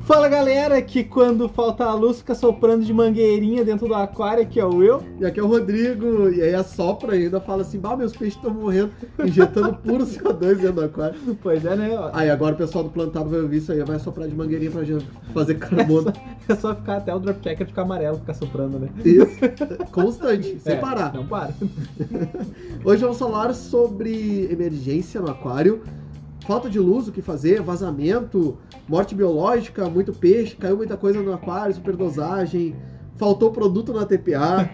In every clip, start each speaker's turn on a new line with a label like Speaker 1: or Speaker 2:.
Speaker 1: Fala galera, que quando falta a luz fica soprando de mangueirinha dentro do aquário, aqui é o eu.
Speaker 2: E aqui é o Rodrigo, e aí assopra e ainda fala assim: bah, meus peixes estão morrendo, injetando puro CO2 dentro do aquário.
Speaker 1: Pois é, né? ó,
Speaker 2: Aí agora o pessoal do plantado vai ouvir isso aí, vai soprar de mangueirinha pra já fazer carbono.
Speaker 1: É só ficar até o dropkicker ficar amarelo, ficar soprando, né?
Speaker 2: Isso, constante, sem
Speaker 1: É,
Speaker 2: parar.
Speaker 1: Não para.
Speaker 2: Hoje vamos falar sobre emergência no aquário, falta de luz, o que fazer, vazamento, morte biológica, muito peixe, caiu muita coisa no aquário, superdosagem, faltou produto na TPA,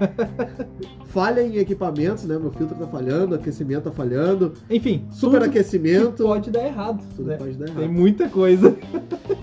Speaker 2: falha em equipamentos, né? Meu filtro tá falhando, aquecimento tá falhando,
Speaker 1: Enfim, tudo que
Speaker 2: superaquecimento.
Speaker 1: pode dar errado,
Speaker 2: Tudo
Speaker 1: né?
Speaker 2: pode dar Tá errado.
Speaker 1: Tem muita coisa.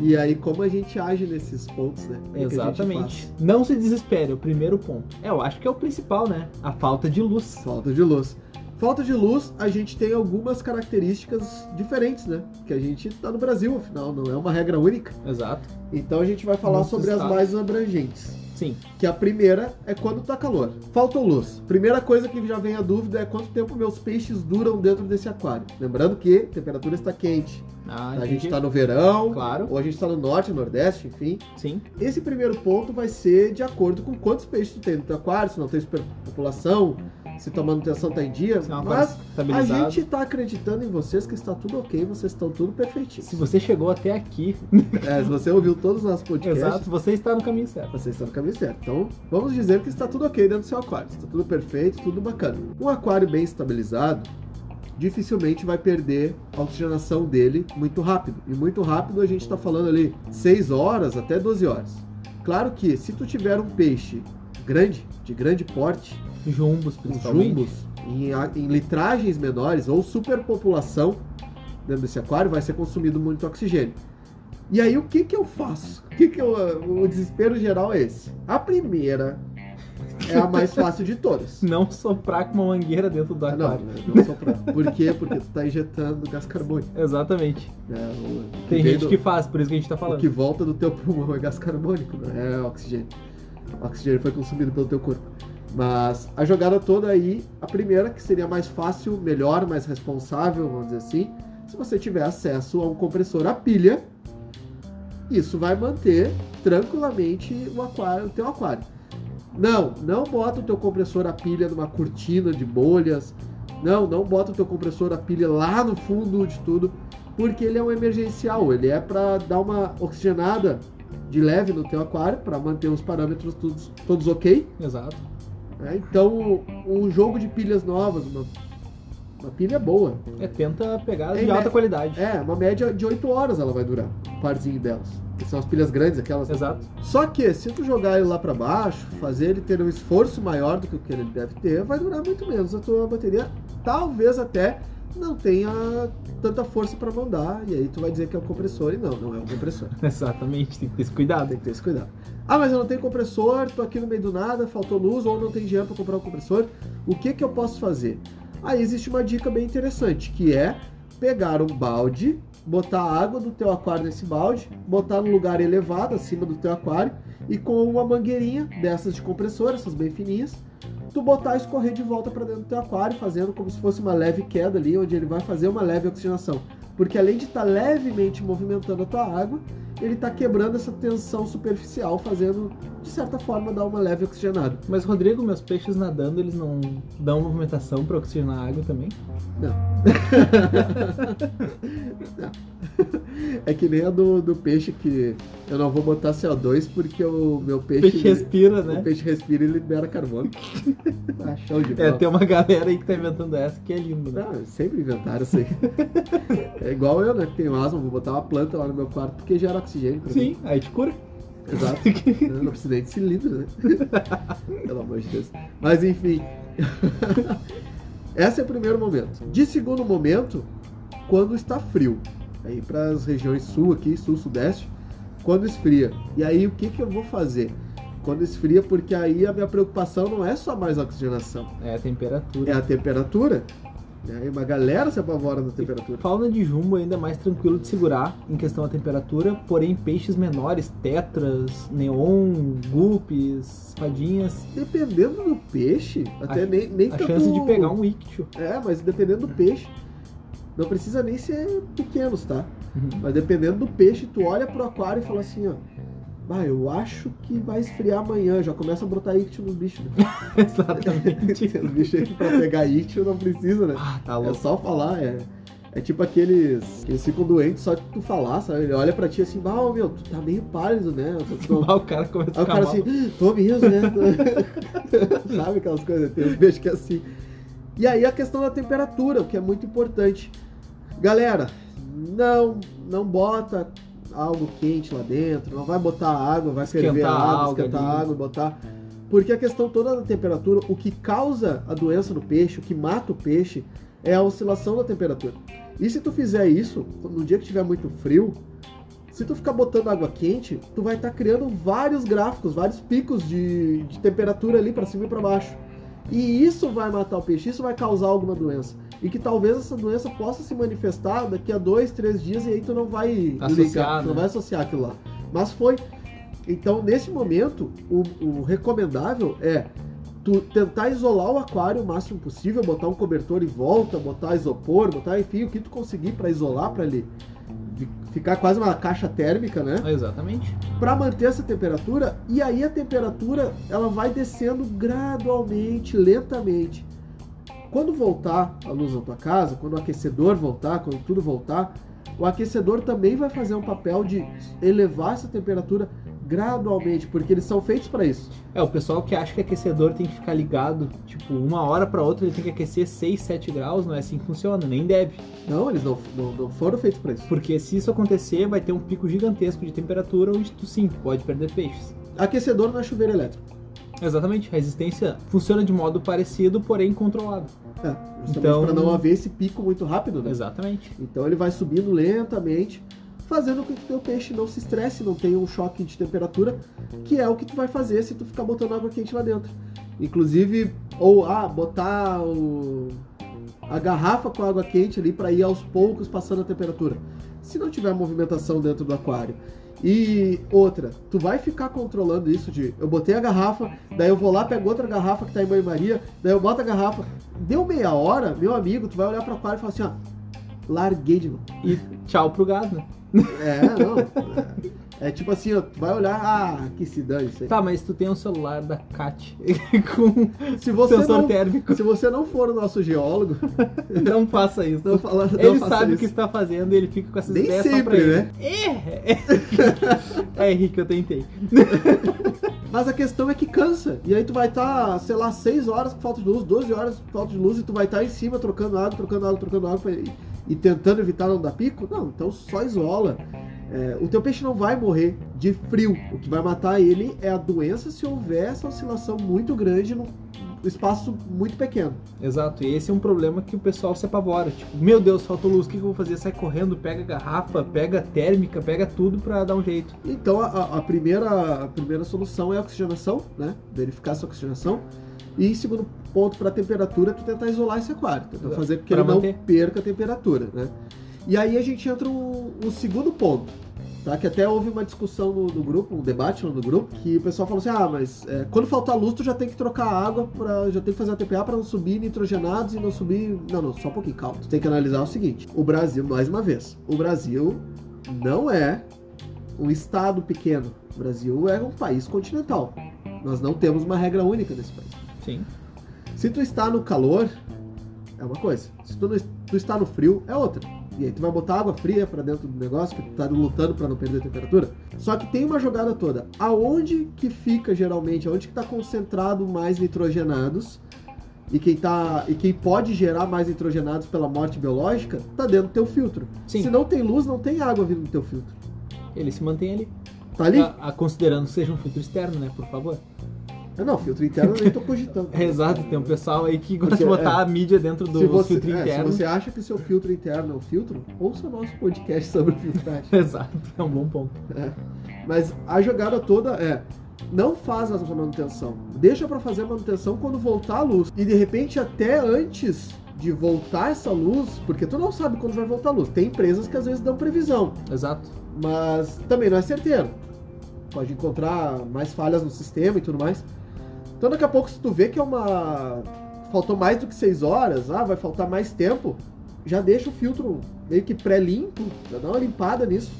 Speaker 2: E aí, como a gente age nesses pontos, né? O que que a gente
Speaker 1: Exatamente. Não se desespere, o primeiro ponto. É, eu acho que é o principal, né? A falta de luz.
Speaker 2: faz? Falta de luz. Falta de luz, a gente tem algumas características diferentes, né? Que a gente tá no Brasil, afinal, não é uma regra única.
Speaker 1: Exato.
Speaker 2: Então a gente vai falar
Speaker 1: Muitos
Speaker 2: sobre as
Speaker 1: estados.
Speaker 2: mais abrangentes.
Speaker 1: Sim.
Speaker 2: Que a primeira é quando tá calor. Faltou luz. Primeira coisa que já vem a dúvida é quanto tempo meus peixes duram dentro desse aquário. Lembrando que a temperatura está quente.
Speaker 1: Ah,
Speaker 2: A
Speaker 1: entendi.
Speaker 2: gente tá no verão,
Speaker 1: Claro,
Speaker 2: ou a gente tá no norte, nordeste, enfim.
Speaker 1: sim.
Speaker 2: Esse primeiro ponto vai ser de acordo com quantos peixes tu tem no teu aquário, se não tem superpopulação, se tua manutenção tá em dia.
Speaker 1: Isso é uma coisa
Speaker 2: Mas a
Speaker 1: estabilizada.
Speaker 2: gente tá acreditando em vocês que está tudo ok, vocês estão tudo perfeitinho.
Speaker 1: Se você chegou até aqui,
Speaker 2: É, se você ouviu todos os nossos podcasts,
Speaker 1: exato, você está no caminho certo.
Speaker 2: vocês estão no caminho certo. Então, vamos dizer que está tudo ok dentro do seu aquário. Está tudo perfeito, tudo bacana. Um aquário bem estabilizado dificilmente vai perder a oxigenação dele muito rápido. E muito rápido a gente está falando ali 6 horas até 12 horas. Claro que se tu tiver um peixe grande, de grande porte,
Speaker 1: Jumbos,
Speaker 2: os
Speaker 1: principalmente.
Speaker 2: jumbos em, a- em litragens menores ou superpopulação dentro desse aquário vai ser consumido muito oxigênio. E aí o que que eu faço? O que que eu, o desespero geral é esse? A primeira é a mais fácil de todas.
Speaker 1: Não soprar com uma mangueira dentro do
Speaker 2: Ah, Não,
Speaker 1: aquário.
Speaker 2: não soprar. Por quê? Porque tu tá injetando gás carbônico.
Speaker 1: Exatamente.
Speaker 2: né? O
Speaker 1: Tem
Speaker 2: vem
Speaker 1: gente
Speaker 2: do-
Speaker 1: que faz, por isso que a gente tá
Speaker 2: o
Speaker 1: falando.
Speaker 2: que volta do teu pulmão é gás carbônico, não é oxigênio. O oxigênio foi consumido pelo teu corpo. Mas a jogada toda aí, a primeira, que seria mais fácil, melhor, mais responsável, vamos dizer assim, se você tiver acesso a um compressor a pilha, isso vai manter tranquilamente o, aquário, o teu aquário. Não, não bota o teu compressor a pilha numa cortina de bolhas. Não, não bota o teu compressor a pilha lá no fundo de tudo, porque ele é um emergencial, ele é para dar uma oxigenada de leve no teu aquário, para manter os parâmetros todos, todos ok.
Speaker 1: Exato.
Speaker 2: né? Então, um jogo de pilhas novas, uma, uma pilha boa,
Speaker 1: É, tenta pegar
Speaker 2: É,
Speaker 1: de
Speaker 2: né?
Speaker 1: alta qualidade.
Speaker 2: é, uma média de 8 horas ela vai durar, um parzinho delas, que são as pilhas grandes, aquelas
Speaker 1: Exato.
Speaker 2: Só que se tu jogar ele lá pra baixo, fazer ele ter um esforço maior do que o que ele deve ter, vai durar muito menos. A tua bateria talvez até não tenha tanta força pra mandar, e aí tu vai dizer que é um compressor, e não, não é um compressor.
Speaker 1: Exatamente, tem que ter esse cuidado.
Speaker 2: Tem que ter esse cuidado. Ah, mas eu não tenho compressor, tô aqui no meio do nada, faltou luz ou não tem dinheiro para comprar um compressor. O que que eu posso fazer? Aí existe uma dica bem interessante, que é pegar um balde, botar a água do teu aquário nesse balde, botar num lugar elevado acima do teu aquário e com uma mangueirinha dessas de compressor, essas bem fininhas, tu botar e escorrer de volta para dentro do teu aquário, fazendo como se fosse uma leve queda ali, onde ele vai fazer uma leve oxigenação. Porque além de estar levemente movimentando a tua água, ele tá quebrando essa tensão superficial, fazendo, de certa forma, dar uma leve oxigenada.
Speaker 1: Mas, Rodrigo, meus peixes nadando, eles não dão movimentação pra oxigenar a água também?
Speaker 2: É que nem a do, do peixe que eu não vou botar CO2 porque o meu
Speaker 1: O
Speaker 2: peixe.
Speaker 1: peixe respira,
Speaker 2: o
Speaker 1: né?
Speaker 2: peixe respira e libera carbono. ah, show de
Speaker 1: É,
Speaker 2: bola.
Speaker 1: tem uma galera aí que tá inventando essa que é lindo, né?
Speaker 2: Ah, sempre inventaram isso aí. é igual eu, né? Que tenho asma, vou botar uma planta lá no meu quarto porque gera oxigênio. pra mim.
Speaker 1: Sim, aí te cura.
Speaker 2: Exato. Eu não precisei de cilindro, né? Pelo amor de Deus. Mas enfim. Esse é o primeiro momento. De segundo momento, quando está frio. Aí para as regiões sul aqui, sul-sudeste, quando esfria. E aí o que, que eu vou fazer? Quando esfria, porque aí a minha preocupação não é só mais a oxigenação,
Speaker 1: É, a temperatura.
Speaker 2: é a temperatura. E aí uma galera se apavora da temperatura.
Speaker 1: Fauna de jumbo ainda é mais tranquilo de segurar em questão à temperatura, porém peixes menores, tetras, neon, guppies, espadinhas,
Speaker 2: Dependendo do peixe, até
Speaker 1: A-
Speaker 2: nem, nem
Speaker 1: a
Speaker 2: tanto-
Speaker 1: chance de pegar um ictio.
Speaker 2: É, mas dependendo do peixe, não precisa nem ser pequenos, tá?
Speaker 1: Uhum.
Speaker 2: Mas dependendo do peixe, tu olha pro aquário e fala assim, ó. Bah, eu acho que vai esfriar amanhã, já começa a brotar ictio nos bichos. Né?
Speaker 1: Exatamente.
Speaker 2: Os bichos aí pra pegar ictio não precisa, né?
Speaker 1: Ah, tá
Speaker 2: É
Speaker 1: louco.
Speaker 2: só falar, é. É tipo aqueles. Eles ficam doentes só de tu falar, sabe? Ele olha pra ti assim, bah, ô, meu, tu tá meio pálido, né? Eu tô- tô-
Speaker 1: Ah, o cara começa
Speaker 2: Aí
Speaker 1: a
Speaker 2: o cara
Speaker 1: ficar
Speaker 2: assim,
Speaker 1: mal.
Speaker 2: tô mesmo, né? Tô- Sabe aquelas coisas, tem uns beijos que é assim. E aí a questão da temperatura, o que é muito importante. Galera, não, não bota algo quente lá dentro, não vai botar água, vai ferver a
Speaker 1: Esquentar
Speaker 2: água,
Speaker 1: algo
Speaker 2: esquentar
Speaker 1: ali.
Speaker 2: a água, botar. Porque a questão toda da temperatura, o que causa a doença no peixe, o que mata o peixe, é a oscilação da temperatura. E se tu fizer isso, no dia que tiver muito frio, se tu ficar botando água quente, tu vai estar criando vários gráficos, vários picos de, de temperatura ali para cima e para baixo. E isso vai matar o peixe, isso vai causar alguma doença. E que talvez essa doença possa se manifestar daqui a dois, três dias e aí tu não vai
Speaker 1: Associar,
Speaker 2: ligar, tu
Speaker 1: né?
Speaker 2: não vai associar aquilo lá. Mas foi. Então, nesse momento, o, o recomendável é tu tentar isolar o aquário o máximo possível, botar um cobertor em volta, botar isopor, botar enfim, o que tu conseguir para isolar, para ele vi- ficar quase uma caixa térmica, né?
Speaker 1: Ah, Exatamente.
Speaker 2: Para manter essa temperatura, e aí a temperatura ela vai descendo gradualmente, lentamente. Quando voltar a luz na tua casa, quando o aquecedor voltar, quando tudo voltar, o aquecedor também vai fazer um papel de elevar essa temperatura gradualmente, porque eles são feitos para isso.
Speaker 1: É, o pessoal que acha que aquecedor tem que ficar ligado, tipo, uma hora pra outra ele tem que aquecer 6, 7 graus, não é assim que funciona, nem deve.
Speaker 2: Não, eles não, não, não foram feitos para isso.
Speaker 1: Porque se isso acontecer, vai ter um pico gigantesco de temperatura onde tu sim pode perder peixes.
Speaker 2: Aquecedor não é chuveiro elétrico.
Speaker 1: Exatamente, a resistência funciona de modo parecido, porém controlado.
Speaker 2: É, justamente
Speaker 1: Então-
Speaker 2: para não haver esse pico muito rápido, né?
Speaker 1: Exatamente.
Speaker 2: Então ele vai subindo lentamente, fazendo com que o teu peixe não se estresse, não tenha um choque de temperatura, que é o que tu vai fazer se tu ficar botando água quente lá dentro. Inclusive, ou ah, botar o- a garrafa com água quente ali para ir aos poucos passando a temperatura. Se não tiver movimentação dentro do aquário. E outra, tu vai ficar controlando isso de eu botei a garrafa, daí eu vou lá, pego outra garrafa que tá em banho-maria, daí eu boto a garrafa. Deu meia hora, meu amigo, tu vai olhar pro aquário e falar assim, ó, larguei de mão.
Speaker 1: Tchau pro gás, né?
Speaker 2: É, não. É, tipo assim, ó, tu vai olhar, ah, que se dane isso aí.
Speaker 1: Tá, mas tu tem um celular da Cat com
Speaker 2: Se você,
Speaker 1: sensor
Speaker 2: não,
Speaker 1: térmico,
Speaker 2: se você não for o nosso geólogo,
Speaker 1: não faça isso.
Speaker 2: não fala, não
Speaker 1: ele
Speaker 2: faça
Speaker 1: sabe o
Speaker 2: isso.
Speaker 1: que está fazendo e ele fica com essas
Speaker 2: Nem
Speaker 1: ideias só pra
Speaker 2: sempre,
Speaker 1: ele.
Speaker 2: né?
Speaker 1: É, Henrique, eu tentei.
Speaker 2: Mas a questão é que cansa. E aí tu vai estar, sei lá, 6 horas com falta de luz, 12 horas com falta de luz, e tu vai estar em cima trocando água, trocando água, trocando água pra- e, e tentando evitar não dar pico. Não, então só isola. É, o teu peixe não vai morrer de frio. O que vai matar ele é a doença se houver essa oscilação muito grande num espaço muito pequeno.
Speaker 1: Exato, e esse é um problema que o pessoal se apavora. Tipo, meu Deus, faltou luz, o que, que eu vou fazer? Sai correndo, pega garrafa, pega térmica, pega tudo pra dar um jeito.
Speaker 2: Então a- a, a primeira, a primeira solução é a oxigenação, né? Verificar essa oxigenação. E em segundo ponto, para a temperatura, tu tentar isolar esse aquário, tentar
Speaker 1: Exato.
Speaker 2: fazer com que
Speaker 1: Pra
Speaker 2: ele não
Speaker 1: manter.
Speaker 2: perca a temperatura, né? E aí a gente entra um, um segundo ponto, tá? Que até houve uma discussão no, no grupo, um debate lá no grupo, que o pessoal falou assim, ah, mas é, quando faltar luz, tu já tem que trocar a água, pra, já tem que fazer a TPA para não subir nitrogenados e não subir... Não, não, só um pouquinho, calma. Tu tem que analisar o seguinte, o Brasil, mais uma vez, o Brasil não é um estado pequeno. O Brasil é um país continental. Nós não temos uma regra única nesse país.
Speaker 1: Sim.
Speaker 2: Se tu está no calor, é uma coisa. Se tu, não, es- tu está no frio, é outra. E aí tu vai botar água fria para dentro do negócio, que tu tá lutando para não perder a temperatura. Só que tem uma jogada toda. Aonde que fica geralmente, aonde que tá concentrado mais nitrogenados? E quem, tá, e quem pode gerar mais nitrogenados pela morte biológica, tá dentro do teu filtro.
Speaker 1: Sim.
Speaker 2: Se não tem luz, não tem água vindo do teu filtro.
Speaker 1: Ele se mantém ali.
Speaker 2: Tá ali?
Speaker 1: A- a- considerando que seja um filtro externo, né? Por favor.
Speaker 2: Eu Não, filtro interno eu nem tô cogitando.
Speaker 1: Exato, tem um pessoal aí que gosta
Speaker 2: Porque,
Speaker 1: de botar a mídia dentro do
Speaker 2: se você,
Speaker 1: filtro
Speaker 2: é,
Speaker 1: interno.
Speaker 2: se você acha que seu filtro interno é um filtro, ouça o nosso podcast sobre filtragem.
Speaker 1: Exato, é um bom ponto.
Speaker 2: Mas a jogada toda é. Não faz essa manutenção. Deixa pra fazer a manutenção quando voltar a luz. E de repente, até antes de voltar essa luz, porque tu não sabe quando vai voltar a luz. Tem empresas que às vezes dão previsão,
Speaker 1: Exato.
Speaker 2: mas também não é certeiro. Pode encontrar mais falhas no sistema e tudo mais. Então daqui a pouco, se tu vê que é uma. Faltou mais do que seis horas, ah, vai faltar mais tempo. já deixa o filtro meio que pré-limpo, já dá uma limpada nisso.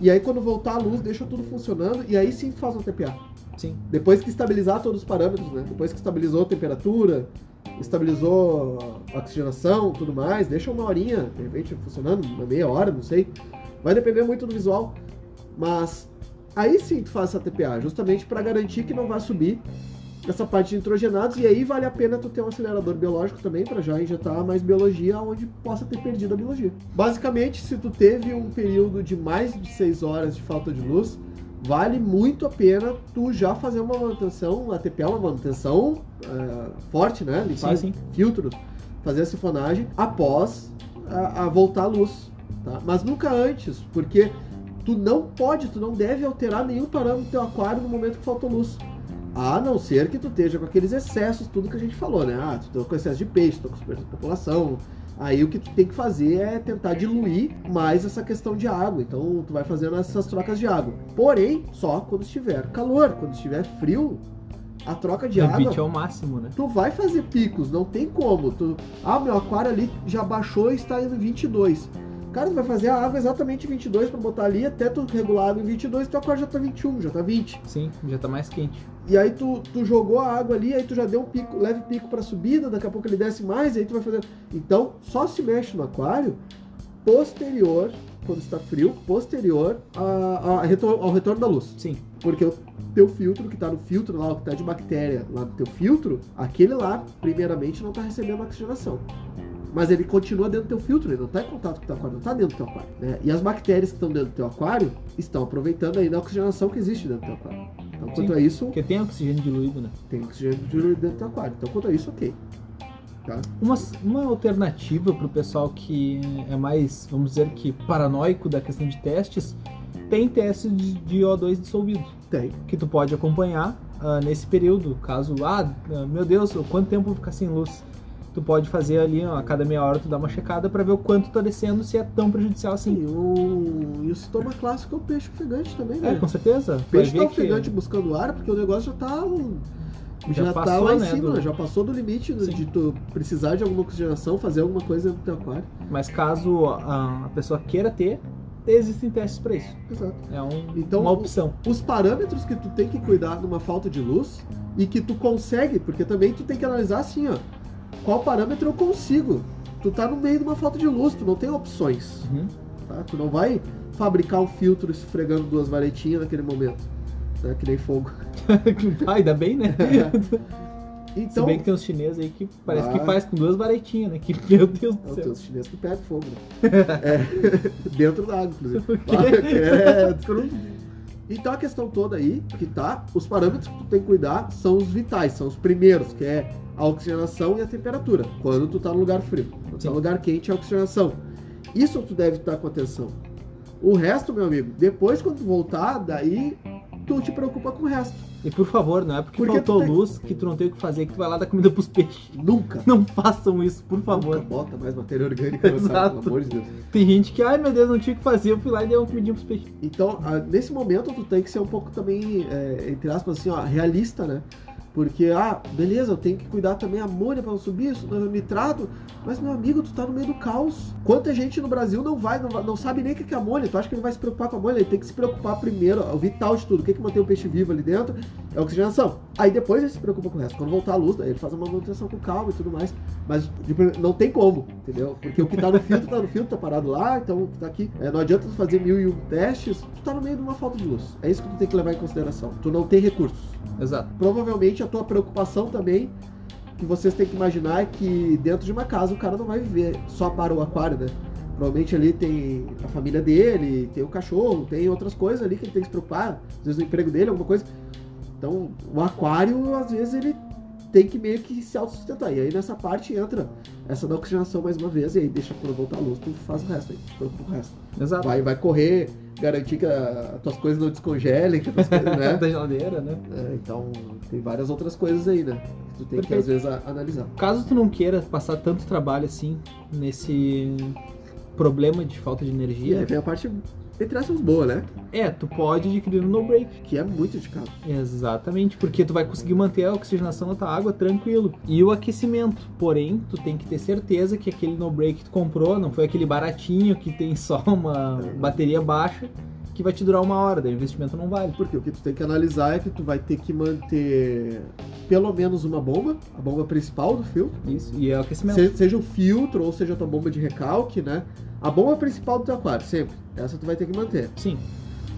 Speaker 2: E aí quando voltar a luz, deixa tudo funcionando e aí sim faz um TPA.
Speaker 1: Sim.
Speaker 2: Depois que estabilizar todos os parâmetros, né? Depois que estabilizou a temperatura, estabilizou a oxigenação, tudo mais, deixa uma horinha, de repente funcionando, uma meia hora, não sei. Vai depender muito do visual, mas aí sim tu faz essa TPA, justamente para garantir que não vai subir essa parte de nitrogenados e aí vale a pena tu ter um acelerador biológico também para já injetar mais biologia onde possa ter perdido a biologia. Basicamente, se tu teve um período de mais de 6 horas de falta de luz, vale muito a pena tu já fazer uma manutenção, a TPA é uma manutenção eh, forte, né? Limpar
Speaker 1: Sim, sim.
Speaker 2: filtros, fazer a sifonagem após a, a voltar a luz, tá? Mas nunca antes, porque tu não pode, tu não deve alterar nenhum parâmetro do teu aquário no momento que faltou luz. A não ser que tu esteja com aqueles excessos, tudo que a gente falou, né? Ah, tu tá com excesso de peixe, tu tá com superpopulação. Aí o que tu tem que fazer é tentar diluir mais essa questão de água. Então tu vai fazendo essas trocas de água. Porém, só quando estiver calor, quando estiver frio, a troca de água
Speaker 1: Repite ao máximo, né?
Speaker 2: Tu vai fazer picos, não tem como. Tu, ah, meu aquário ali já baixou e está em 22. Cara, tu vai fazer a água exatamente 22 para botar ali, até tu regular a água em 22, teu aquário já tá 21, já tá 20.
Speaker 1: Sim, já tá mais quente.
Speaker 2: E aí tu, tu jogou a água ali, aí tu já deu um pico, leve pico para subida, daqui a pouco ele desce mais, aí tu vai fazer. Então, só se mexe no aquário posterior, quando está frio, posterior a- a retor- ao retorno da luz.
Speaker 1: Sim.
Speaker 2: Porque o teu filtro, que tá no filtro lá, o que tá de bactéria lá no teu filtro, aquele lá, primeiramente, não tá recebendo oxigenação. Mas ele continua dentro do teu filtro, ele não tá em contato com o teu aquário, não tá dentro do teu aquário. né? E as bactérias que estão dentro do teu aquário estão aproveitando aí da oxigenação que existe dentro do teu aquário. Então, quanto a isso,
Speaker 1: Porque tem oxigênio diluído, né?
Speaker 2: tem oxigênio diluído dentro do teu aquário. Então, quanto a isso, ok. tá?
Speaker 1: Uma, uma alternativa pro pessoal que é mais, vamos dizer que, paranoico da questão de testes, tem testes de, de O2 dissolvido,
Speaker 2: Tem.
Speaker 1: que tu pode acompanhar ah, nesse período, caso, ah, meu Deus, quanto tempo eu vou ficar sem luz? Tu pode fazer ali, ó, a cada meia hora tu dá uma checada pra ver o quanto tá descendo, se é tão prejudicial assim.
Speaker 2: E o, e o sintoma clássico é o peixe ofegante também, né?
Speaker 1: É, com certeza.
Speaker 2: O peixe tá
Speaker 1: Vai ver que-
Speaker 2: ofegante buscando ar, porque o negócio já tá. um-
Speaker 1: Já
Speaker 2: Já, tá
Speaker 1: passou,
Speaker 2: lá em
Speaker 1: né,
Speaker 2: cima,
Speaker 1: do-
Speaker 2: já passou do limite do-
Speaker 1: Sim.
Speaker 2: de tu precisar de alguma oxigenação, fazer alguma coisa no teu aquário.
Speaker 1: Mas caso a, a pessoa queira ter, existem testes pra isso.
Speaker 2: Exato.
Speaker 1: É um-
Speaker 2: Então,
Speaker 1: uma
Speaker 2: o-
Speaker 1: opção.
Speaker 2: Os parâmetros que tu tem que cuidar numa falta de luz e que tu consegue, porque também tu tem que analisar assim, ó. Qual parâmetro eu consigo? Tu tá no meio de uma falta de luz, tu não tem opções.
Speaker 1: Uhum.
Speaker 2: tá? Tu não vai fabricar um filtro esfregando duas varetinhas naquele momento. Né? Que nem fogo.
Speaker 1: ah, ainda bem, né?
Speaker 2: Então.
Speaker 1: Se bem que tem uns chineses aí que parece que
Speaker 2: Ah.
Speaker 1: faz com duas varetinhas, né? Que, meu Deus
Speaker 2: É
Speaker 1: do
Speaker 2: o
Speaker 1: céu.
Speaker 2: teu chinês que pega fogo, né? É, dentro da água, inclusive.
Speaker 1: O quê?
Speaker 2: É, cru. então a questão toda aí, que tá, os parâmetros que tu tem que cuidar são os vitais, são os primeiros, que é a oxigenação e a temperatura, quando tu tá no lugar frio. Quando tu tá
Speaker 1: Sim.
Speaker 2: no lugar quente é a oxigenação. Isso tu deve estar com atenção. O resto, meu amigo, depois quando tu voltar, daí tu te preocupa com o resto.
Speaker 1: E por favor, não é porque,
Speaker 2: Porque
Speaker 1: faltou
Speaker 2: tu tem-
Speaker 1: luz que tu não tem o que fazer, que tu vai lá dar comida pros peixes.
Speaker 2: Nunca.
Speaker 1: Não façam isso, por favor.
Speaker 2: Nunca bota mais matéria orgânica no saco,
Speaker 1: Exato.
Speaker 2: pelo amor de Deus.
Speaker 1: Tem gente que, ai meu Deus, não tinha o que fazer, eu fui lá e dei uma comidinha pros peixes.
Speaker 2: Então, ah, nesse momento, tu tem que ser um pouco também, é, entre aspas, assim, ó, realista, né? Porque, ah, beleza, eu tenho que cuidar também a amônia pra não subir, isso, não, nitrato, mas, meu amigo, tu tá no meio do caos. Quanta gente no Brasil não vai, não, vai- não sabe nem o que que é amônia, tu acha que ele vai se preocupar com a amônia? Ele tem que se preocupar primeiro, ó, o vital de tudo, o que, que mantém o peixe vivo ali dentro é a oxigenação. Aí depois ele se preocupa com o resto, quando voltar a luz, daí ele faz uma manutenção com calma e tudo mais, mas de prime- não tem como, entendeu? Porque o que tá no filtro, tá no filtro, tá parado lá, então o que tá aqui. É, não adianta tu fazer mil e um testes, tu tá no meio de uma falta de luz. É isso que tu tem que levar em consideração. Tu não tem recursos.
Speaker 1: Exato.
Speaker 2: Provavelmente a tua preocupação também, que vocês têm que imaginar, é que dentro de uma casa o cara não vai viver só para o aquário, né? Provavelmente ali tem a família dele, tem o cachorro, tem outras coisas ali que ele tem que se preocupar, às vezes o emprego dele, alguma coisa. Então, o aquário, às vezes, ele tem que meio que se autossustentar. E aí nessa parte entra essa da oxigenação mais uma vez, e aí deixa quando voltar a luz, tu faz o resto aí, tu preocupa com o resto.
Speaker 1: Exato.
Speaker 2: Vai, vai correr, garantir que a- as tuas coisas não descongelem, que as tuas coisas, né?
Speaker 1: Da geladeira, né?
Speaker 2: É, então tem várias outras coisas aí, né? Que tu tem que
Speaker 1: Perfeito.
Speaker 2: às vezes a- analisar.
Speaker 1: Caso tu não queira passar tanto trabalho assim nesse problema de falta de
Speaker 2: E aí
Speaker 1: energia,
Speaker 2: vem a parte entre aspas, boa, né?
Speaker 1: É, tu pode adquirir um no-break.
Speaker 2: Que é muito indicado.
Speaker 1: Exatamente, porque tu vai conseguir manter a oxigenação da tua água tranquilo. E o aquecimento, porém, tu tem que ter certeza que aquele no-break que tu comprou não foi aquele baratinho que tem só uma
Speaker 2: É.
Speaker 1: bateria baixa que vai te durar uma hora, daí o investimento não vale.
Speaker 2: Porque o que tu tem que analisar é que tu vai ter que manter pelo menos uma bomba, a bomba principal do filtro.
Speaker 1: Isso, e é o aquecimento.
Speaker 2: Se- seja o filtro ou seja a tua bomba de recalque, né? A bomba principal do teu aquário, sempre. Essa tu vai ter que manter.
Speaker 1: Sim,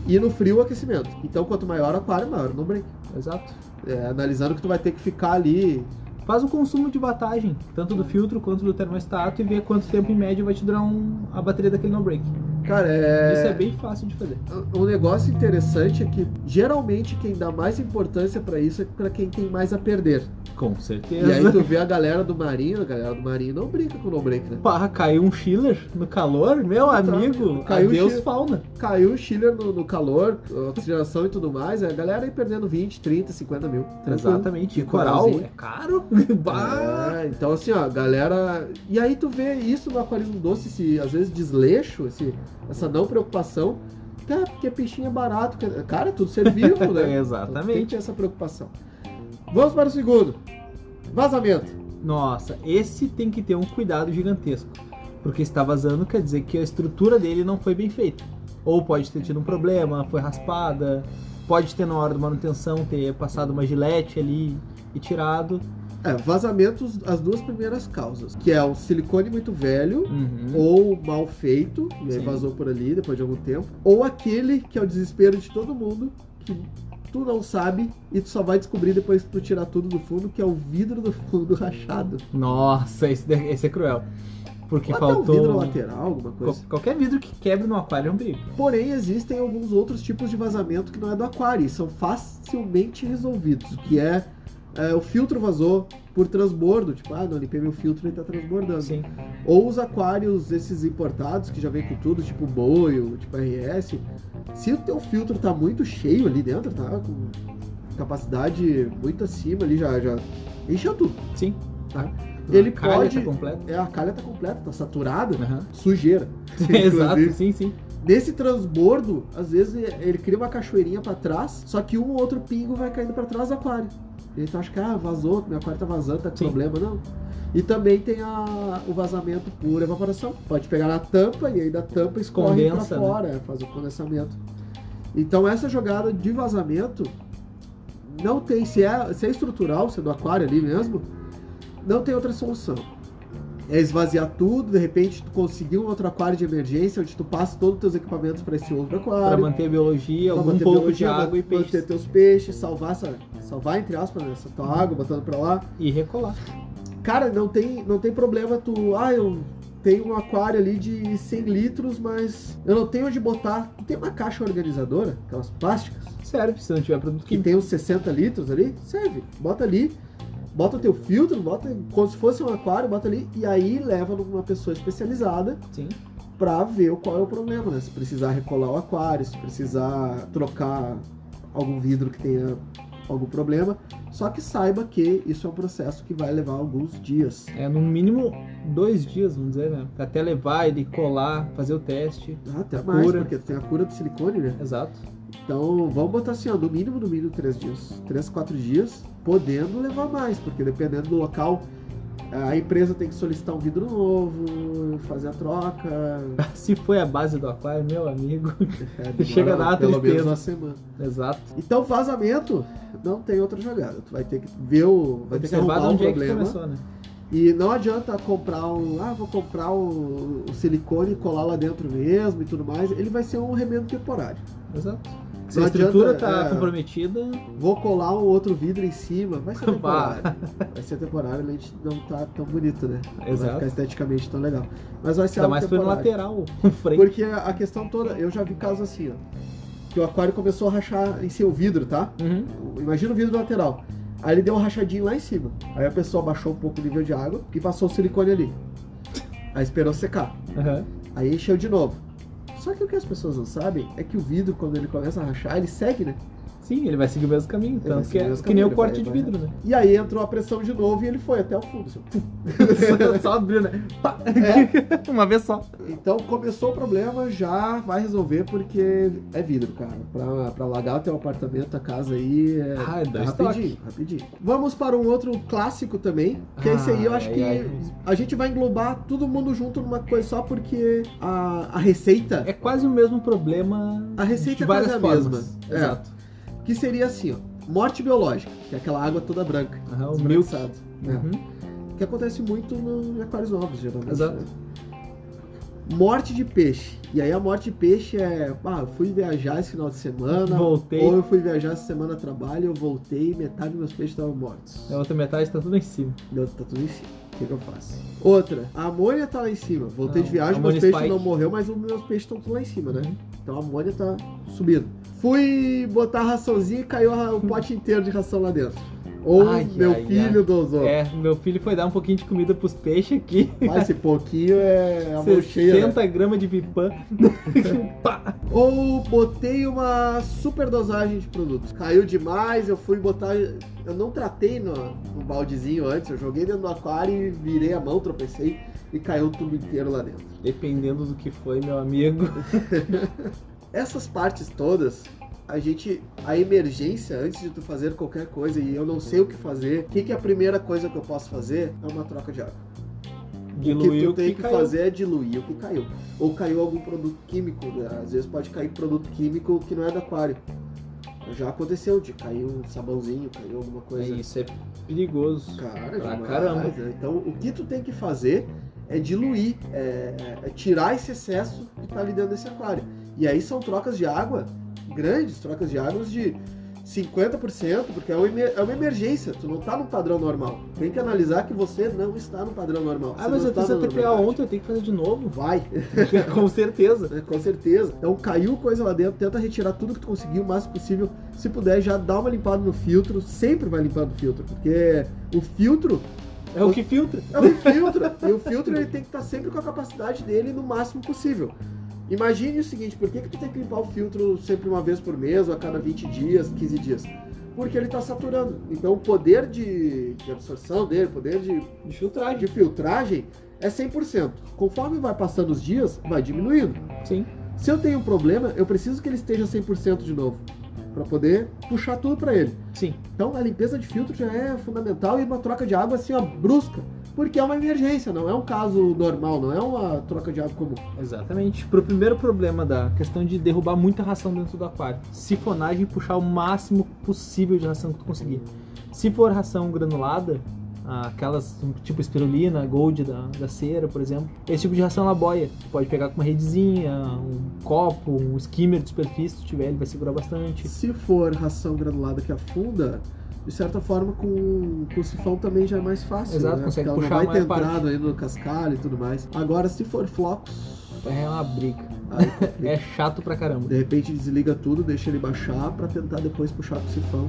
Speaker 2: E no frio, o aquecimento. Então, quanto maior o aquário, maior o no break.
Speaker 1: exato.
Speaker 2: É, analisando que tu vai ter que ficar ali
Speaker 1: Faz o consumo de wattagem, tanto do filtro quanto do termostato, e vê quanto tempo em média vai te durar um- a bateria daquele no-break.
Speaker 2: Cara, é.
Speaker 1: Isso é bem fácil de fazer.
Speaker 2: Um negócio interessante é que geralmente quem dá mais importância pra isso é pra quem tem mais a perder.
Speaker 1: Com
Speaker 2: E
Speaker 1: certeza.
Speaker 2: aí tu vê a galera do Marinho, a galera do Marinho não brinca com o no-break, né?
Speaker 1: Pá, caiu um Schiller no calor, meu
Speaker 2: Tá,
Speaker 1: amigo.
Speaker 2: caiu o
Speaker 1: adeus
Speaker 2: Schiller.
Speaker 1: fauna.
Speaker 2: Caiu o Schiller no, no calor, oxigenação e tudo mais, é a galera aí perdendo 20, 30, 50 mil. Tranquilo.
Speaker 1: Exatamente.
Speaker 2: E
Speaker 1: E Então, coral
Speaker 2: coralzinho.
Speaker 1: é caro? Bah!
Speaker 2: É, então assim, ó, galera. E aí tu vê isso no aquarismo doce, esse, às vezes, desleixo, esse, essa não preocupação. Tá, porque peixinho é barato. que- Cara, é tudo ser vivo, né? Então, Tem que
Speaker 1: Exatamente.
Speaker 2: ter essa preocupação. Vamos para o segundo. Vazamento.
Speaker 1: Nossa, esse tem que ter um cuidado gigantesco. Porque está vazando quer dizer que a estrutura dele não foi bem feita. Ou pode ter tido um problema, foi raspada, pode ter na hora da manutenção ter passado uma gilete ali e tirado.
Speaker 2: É, vazamentos, as duas primeiras causas, que é o silicone muito velho
Speaker 1: Uhum.
Speaker 2: ou mal feito, e aí
Speaker 1: Sim.
Speaker 2: vazou por ali depois de algum tempo, ou aquele que é o desespero de todo mundo, que tu não sabe e tu só vai descobrir depois que tu tirar tudo do fundo, que é o vidro do fundo rachado.
Speaker 1: Nossa, esse, da- esse é cruel. Porque
Speaker 2: Ou até um
Speaker 1: faltou.
Speaker 2: vidro lateral, alguma coisa.
Speaker 1: Qual- Qualquer vidro que quebre no aquário é um perigo.
Speaker 2: Porém, existem alguns outros tipos de vazamento que não é do aquário e são facilmente resolvidos, que é, é, o filtro vazou por transbordo, tipo, ah, não limpei meu filtro e tá transbordando.
Speaker 1: Sim.
Speaker 2: Ou os aquários, esses importados, que já vem com tudo, tipo boio, tipo RS, se o teu filtro tá muito cheio ali dentro, tá com capacidade muito acima ali, já, já encheu tudo.
Speaker 1: Sim.
Speaker 2: Tá.
Speaker 1: Uma
Speaker 2: Ele
Speaker 1: calha
Speaker 2: pode-
Speaker 1: tá completa.
Speaker 2: É, a calha tá completa, tá saturada,
Speaker 1: Aham.
Speaker 2: sujeira.
Speaker 1: Exato, sim, sim.
Speaker 2: Nesse transbordo, às vezes ele cria uma cachoeirinha pra trás, só que um ou outro pingo vai caindo pra trás do aquário. Ele tá acha que ah, vazou, meu aquário tá vazando, tá com
Speaker 1: Sim.
Speaker 2: problema, não. E também tem a- o vazamento por evaporação. Pode pegar na tampa e aí da tampa escorre
Speaker 1: Condensa,
Speaker 2: pra
Speaker 1: né?
Speaker 2: fora, é, faz o condensamento. Então essa jogada de vazamento não tem, se é, se é estrutural, se é do aquário ali mesmo, não tem outra solução. É esvaziar tudo, de repente tu conseguiu um outro aquário de emergência, onde tu passa todos os teus equipamentos para esse outro
Speaker 1: Pra
Speaker 2: aquário.
Speaker 1: manter a biologia,
Speaker 2: pra
Speaker 1: algum
Speaker 2: manter
Speaker 1: pouco
Speaker 2: biologia,
Speaker 1: de água e
Speaker 2: manter
Speaker 1: peixe.
Speaker 2: teus peixes, salvar essa, salvar entre aspas né, essa tua água, botando para lá.
Speaker 1: E recolar.
Speaker 2: Cara, não tem, não tem problema tu, ah, eu tenho um aquário ali de 100 litros, mas eu não tenho onde botar. Tu tem uma caixa organizadora, aquelas plásticas?
Speaker 1: Serve, se não tiver produto
Speaker 2: que
Speaker 1: químico.
Speaker 2: tem uns 60 litros ali, serve. Bota ali, bota o teu filtro, bota como se fosse um aquário, bota ali e aí leva numa pessoa especializada
Speaker 1: Sim.
Speaker 2: pra ver qual é o problema, né? Se precisar recolar o aquário, se precisar trocar algum vidro que tenha algum problema. Só que saiba que isso é um processo que vai levar alguns dias.
Speaker 1: É no mínimo dois dias, vamos dizer, né? Até levar ele, colar, fazer o teste.
Speaker 2: Até
Speaker 1: A
Speaker 2: mais,
Speaker 1: cura.
Speaker 2: porque tem a cura do silicone, né?
Speaker 1: Exato.
Speaker 2: Então vamos botar assim, ó, no mínimo, no mínimo três dias. Três, quatro dias, podendo levar mais, porque dependendo do local, a empresa tem que solicitar um vidro novo, fazer a troca.
Speaker 1: Se foi a base do aquário, meu amigo.
Speaker 2: É, demora
Speaker 1: Chega a dar uma
Speaker 2: pelo menos
Speaker 1: tristeza.
Speaker 2: uma semana.
Speaker 1: Exato.
Speaker 2: Então vazamento não tem outra jogada. Tu vai ter que ver o. Vai ter que
Speaker 1: Observar de
Speaker 2: arrumar um
Speaker 1: onde é que
Speaker 2: problema.
Speaker 1: começou, né?
Speaker 2: E não adianta comprar um. Ah, vou comprar o, o silicone e colar lá dentro mesmo e tudo mais. Ele vai ser um remendo temporário.
Speaker 1: Exato. Se
Speaker 2: Não
Speaker 1: a estrutura
Speaker 2: adianta,
Speaker 1: tá
Speaker 2: é.
Speaker 1: comprometida,
Speaker 2: Vou colar um outro vidro em cima. Vai ser
Speaker 1: Bah.
Speaker 2: temporário. vai ser temporário, a gente não tá tão bonito, né? Vai
Speaker 1: exato.
Speaker 2: ficar esteticamente tão legal. Mas vai ser
Speaker 1: Ainda
Speaker 2: algo
Speaker 1: mais foi no
Speaker 2: temporário.
Speaker 1: lateral, o frente.
Speaker 2: Porque a questão toda, eu já vi casos assim, ó. Que o aquário começou a rachar em seu vidro, tá?
Speaker 1: Uhum.
Speaker 2: Imagina o vidro lateral. Aí ele deu um rachadinho lá em cima. Aí a pessoa baixou um pouco o nível de água e passou o silicone ali. Aí esperou secar.
Speaker 1: Aham.
Speaker 2: Aí encheu de novo. Só que o que as pessoas não sabem é que o vidro, quando ele começa a rachar, ele segue, né?
Speaker 1: Sim, ele vai seguir o mesmo caminho,
Speaker 2: vai
Speaker 1: tanto que,
Speaker 2: seguir o
Speaker 1: é,
Speaker 2: mesmo
Speaker 1: que nem
Speaker 2: caminho,
Speaker 1: o corte
Speaker 2: vai-
Speaker 1: de
Speaker 2: vai-
Speaker 1: vidro, né?
Speaker 2: E aí entrou a pressão de novo e ele foi até o fundo. assim, pum.
Speaker 1: só, só abriu, né? Pá! Uma vez só.
Speaker 2: Então começou o problema, já vai resolver porque é vidro, cara. Pra, pra lagar o teu apartamento, a casa aí é
Speaker 1: Ah, é dois
Speaker 2: rapidinho, rapidinho. Vamos para um outro clássico também, que é esse aí eu
Speaker 1: Ah,
Speaker 2: acho
Speaker 1: ai,
Speaker 2: que
Speaker 1: ai.
Speaker 2: a gente vai englobar todo mundo junto numa coisa só porque a, a receita
Speaker 1: É quase o mesmo problema
Speaker 2: A receita
Speaker 1: de
Speaker 2: é
Speaker 1: várias
Speaker 2: quase a
Speaker 1: formas.
Speaker 2: mesma. É.
Speaker 1: Exato.
Speaker 2: que seria assim, ó. Morte biológica, que é aquela água toda branca.
Speaker 1: Aham, o milk.
Speaker 2: desperdiçada, né?
Speaker 1: Uhum.
Speaker 2: Que acontece muito no- em aquários novos, geralmente.
Speaker 1: Exato.
Speaker 2: né? Morte de peixe. E aí a morte de peixe é, ah, eu fui viajar esse final de semana,
Speaker 1: Voltei.
Speaker 2: ou eu fui viajar essa semana a trabalho, eu voltei e metade dos meus peixes estavam mortos.
Speaker 1: A outra metade tá tudo em cima.
Speaker 2: Meu, tá tudo em cima. O que, que eu faço? Outra, a amônia tá lá em cima. Voltei
Speaker 1: Não,
Speaker 2: de viagem, meus
Speaker 1: amônia
Speaker 2: peixes
Speaker 1: spike.
Speaker 2: não morreu, mas os meus peixes estão tudo lá em cima, né? Então a amônia tá subindo. Fui botar a raçãozinha e caiu a- o pote inteiro de ração lá dentro. Ou
Speaker 1: Ai,
Speaker 2: meu
Speaker 1: ai,
Speaker 2: filho dosou.
Speaker 1: É, meu filho foi dar um pouquinho de comida pros peixes aqui.
Speaker 2: Mas esse pouquinho é a mão cheia. né?
Speaker 1: 60 gramas de pipan. Pá!
Speaker 2: Ou botei uma superdosagem de produtos. Caiu demais, eu fui botar. Eu não tratei no, no baldezinho antes, eu joguei dentro do aquário e virei a mão, tropecei e caiu tudo inteiro lá dentro.
Speaker 1: Dependendo do que foi, meu amigo.
Speaker 2: Essas partes todas, a gente. A emergência, antes de tu fazer qualquer coisa e eu não sei o que fazer, o que, que é a primeira coisa que eu posso fazer é uma troca de água. o que
Speaker 1: Diluiu
Speaker 2: tu tem que,
Speaker 1: caiu.
Speaker 2: fazer é diluir o que caiu. Ou caiu algum produto químico, né? às vezes pode cair produto químico que não é do aquário. Já aconteceu de cair um sabãozinho, caiu alguma
Speaker 1: É,
Speaker 2: coisa.
Speaker 1: Isso é perigoso.
Speaker 2: Cara,
Speaker 1: Pra
Speaker 2: demais.
Speaker 1: caramba.
Speaker 2: Então o que tu tem que fazer é diluir, é, é tirar esse excesso que tá ali dentro desse aquário. E aí são trocas de água grandes, trocas de águas de 50%, porque é uma, emer- é uma emergência, tu não tá no padrão normal. Tem que analisar que você não está no padrão normal.
Speaker 1: Ah,
Speaker 2: Você
Speaker 1: mas
Speaker 2: não
Speaker 1: eu
Speaker 2: tá
Speaker 1: fiz
Speaker 2: na
Speaker 1: a TPA
Speaker 2: normalidade.
Speaker 1: ontem, eu tenho que fazer de novo.
Speaker 2: Vai,
Speaker 1: Com certeza.
Speaker 2: né, com certeza. Então caiu coisa lá dentro, tenta retirar tudo que tu conseguir o máximo possível. Se puder, já dá uma limpada no filtro. Sempre vai limpando o filtro, porque o filtro
Speaker 1: É o que filtra.
Speaker 2: é um filtro. e o filtro ele tem que estar sempre com a capacidade dele no máximo possível. Imagine o seguinte, por que, que tu tem que limpar o filtro sempre uma vez por mês, ou a cada 20 dias, 15 dias? Porque ele está saturando. Então o poder de, de absorção dele, o poder de
Speaker 1: De filtragem.
Speaker 2: de filtragem é 100%. Conforme vai passando os dias, vai diminuindo.
Speaker 1: Sim.
Speaker 2: Se eu tenho um problema, eu preciso que ele esteja 100% de novo, para poder puxar tudo para ele.
Speaker 1: Sim.
Speaker 2: Então a limpeza de filtro já é fundamental e uma troca de água assim, ó, brusca, porque é uma emergência, não é um caso normal, não é uma troca de água comum.
Speaker 1: Exatamente. Pro primeiro problema da questão de derrubar muita ração dentro do aquário. Sifonagem e puxar o máximo possível de ração que tu conseguir. Se for ração granulada, aquelas tipo espirulina, gold da, da cera, por exemplo, esse tipo de ração ela boia. Tu pode pegar com uma redezinha, um copo, um skimmer de superfície, se tiver, ele vai segurar bastante.
Speaker 2: Se for ração granulada que afunda, de certa forma com, com o sifão também já é mais fácil,
Speaker 1: Exato,
Speaker 2: né?
Speaker 1: consegue
Speaker 2: Porque
Speaker 1: puxar
Speaker 2: ela não
Speaker 1: a
Speaker 2: vai ter
Speaker 1: maior parte.
Speaker 2: entrado aí no cascalho e tudo mais. Agora se for flocos,
Speaker 1: É uma briga.
Speaker 2: aí complica.
Speaker 1: É chato pra caramba.
Speaker 2: De repente desliga tudo, deixa ele baixar pra tentar depois puxar pro sifão.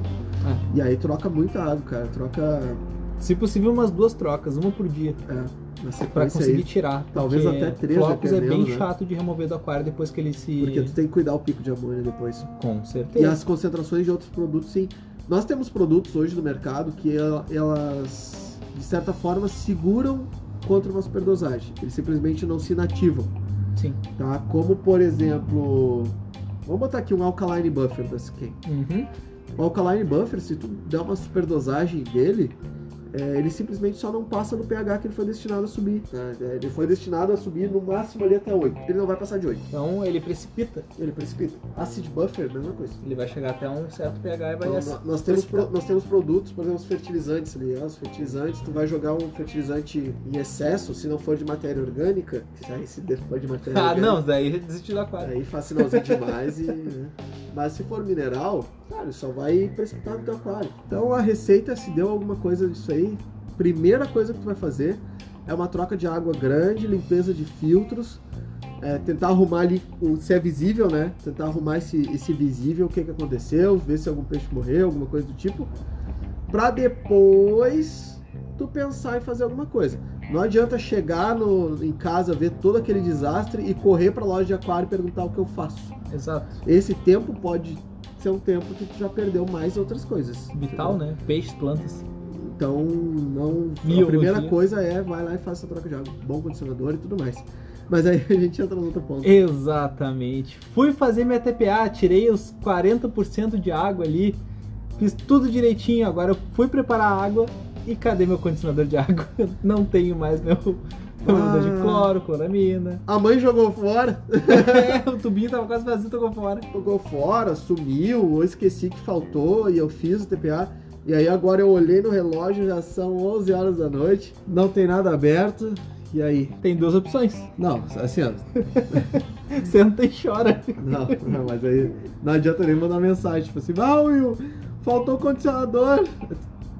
Speaker 1: É.
Speaker 2: E aí troca muita água, cara. Troca
Speaker 1: Se possível, umas duas trocas, uma por dia.
Speaker 2: é, na
Speaker 1: Pra
Speaker 2: sequência
Speaker 1: conseguir
Speaker 2: aí.
Speaker 1: tirar.
Speaker 2: Talvez
Speaker 1: porque
Speaker 2: até três,
Speaker 1: Flocos é bem
Speaker 2: dependendo, né?
Speaker 1: chato de remover do aquário depois que ele se.
Speaker 2: Porque tu tem que cuidar o pico de amônia depois.
Speaker 1: Com
Speaker 2: E
Speaker 1: certeza.
Speaker 2: as concentrações de outros produtos, sim. Nós temos produtos hoje no mercado que ela- elas, de certa forma, seguram contra uma superdosagem. Eles simplesmente não se inativam,
Speaker 1: Sim.
Speaker 2: tá? Como, por exemplo... Vamos botar aqui um Alkaline Buffer da Skin.
Speaker 1: Uhum.
Speaker 2: O Alkaline Buffer, se tu der uma superdosagem dele, é, ele simplesmente só não passa no pH que ele foi destinado a subir. né? É, Ele foi destinado a subir no máximo ali até 8. Ele não vai passar de 8.
Speaker 1: Então ele precipita.
Speaker 2: Ele precipita. Acid Buffer, mesma coisa.
Speaker 1: Ele vai chegar até um certo pH e vai
Speaker 2: Então,
Speaker 1: assim.
Speaker 2: nó- nós, temos
Speaker 1: precipitar.
Speaker 2: pro- nós temos produtos, por exemplo, os fertilizantes ali. ah, Os fertilizantes, tu vai jogar um fertilizante em excesso, se não for de matéria orgânica. Aí se for de matéria
Speaker 1: Ah,
Speaker 2: orgânica.
Speaker 1: não, daí desistiu do aquário.
Speaker 2: Aí faz sinalzinho demais e. né? Mas se for mineral, cara, só vai precipitar no teu aquário. Então a receita, se deu alguma coisa disso aí, primeira coisa que tu vai fazer é uma troca de água grande, limpeza de filtros, é, tentar arrumar ali, o- se é visível, né? Tentar arrumar esse, esse visível, o que, que aconteceu, ver se algum peixe morreu, alguma coisa do tipo, pra depois tu pensar em fazer alguma coisa. Não adianta chegar no- em casa, ver todo aquele desastre e correr pra loja de aquário e perguntar o que eu faço.
Speaker 1: Exato.
Speaker 2: Esse tempo pode ser um tempo que tu já perdeu mais outras coisas.
Speaker 1: Vital, né? Peixes, plantas.
Speaker 2: Então, não.
Speaker 1: Biologia.
Speaker 2: A primeira coisa é vai lá e faz essa troca de água. Bom condicionador e tudo mais. Mas aí a gente entra no outro ponto.
Speaker 1: Exatamente. Fui fazer minha TPA, tirei os 40% de água ali, fiz tudo direitinho. Agora eu fui preparar a água e cadê meu condicionador de água? Não tenho mais meu condicionador de
Speaker 2: Ah.
Speaker 1: cloro, cloramina.
Speaker 2: A mãe jogou fora,
Speaker 1: é, o tubinho tava quase vazio, tocou fora.
Speaker 2: jogou fora, sumiu, eu esqueci que faltou e eu fiz o TPA. E aí agora eu olhei no relógio, já são 11 horas da noite, não tem nada aberto. E aí?
Speaker 1: Tem duas opções:
Speaker 2: Não, assim, ó,
Speaker 1: senta e chora.
Speaker 2: Não, não, mas aí não adianta nem mandar mensagem, tipo assim, ah, Will, faltou o condicionador.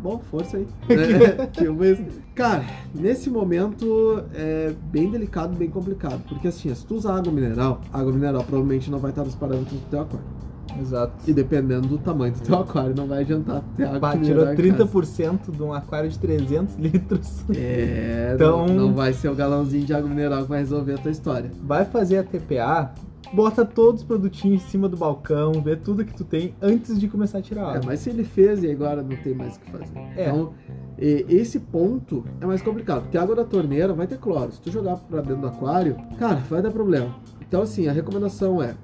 Speaker 2: Bom, força aí. É, tipo isso. Cara, nesse momento é bem delicado, bem complicado. Porque assim, se tu usar água mineral, a água mineral provavelmente não vai estar nos parâmetros do teu aquário.
Speaker 1: Exato.
Speaker 2: E dependendo do tamanho do teu aquário, não vai adiantar ter água
Speaker 1: Bah, tirou
Speaker 2: mineral. em casa.
Speaker 1: 30% de um aquário de 300 litros.
Speaker 2: É,
Speaker 1: Então-
Speaker 2: não, não vai ser o galãozinho de água mineral que vai resolver a tua história.
Speaker 1: Vai fazer a TPA, bota todos os produtinhos em cima do balcão, vê tudo que tu tem antes de começar a tirar a
Speaker 2: É,
Speaker 1: água.
Speaker 2: mas se ele fez e agora não tem mais o que fazer.
Speaker 1: É.
Speaker 2: Então, e- esse ponto é mais complicado, porque a água da torneira vai ter cloro. Se tu jogar pra dentro do aquário, cara, vai dar problema. Então, assim, a recomendação é: